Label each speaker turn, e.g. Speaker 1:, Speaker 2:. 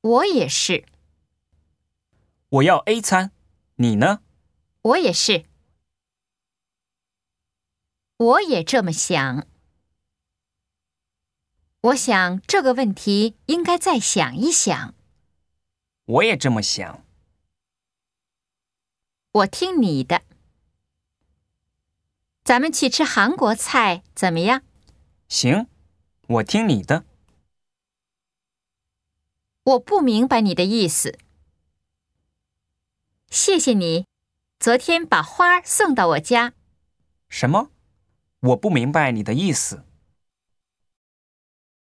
Speaker 1: 我也是，
Speaker 2: 我要 A 餐，你呢？
Speaker 1: 我也是，我也这么想。我想这个问题应该再想一想。
Speaker 2: 我也这么想。
Speaker 1: 我听你的，咱们去吃韩国菜怎么样？
Speaker 2: 行，我听你的。
Speaker 1: 我不明白你的意思。谢谢你，昨天把花儿送到我家。
Speaker 2: 什么？我不明白你的意思。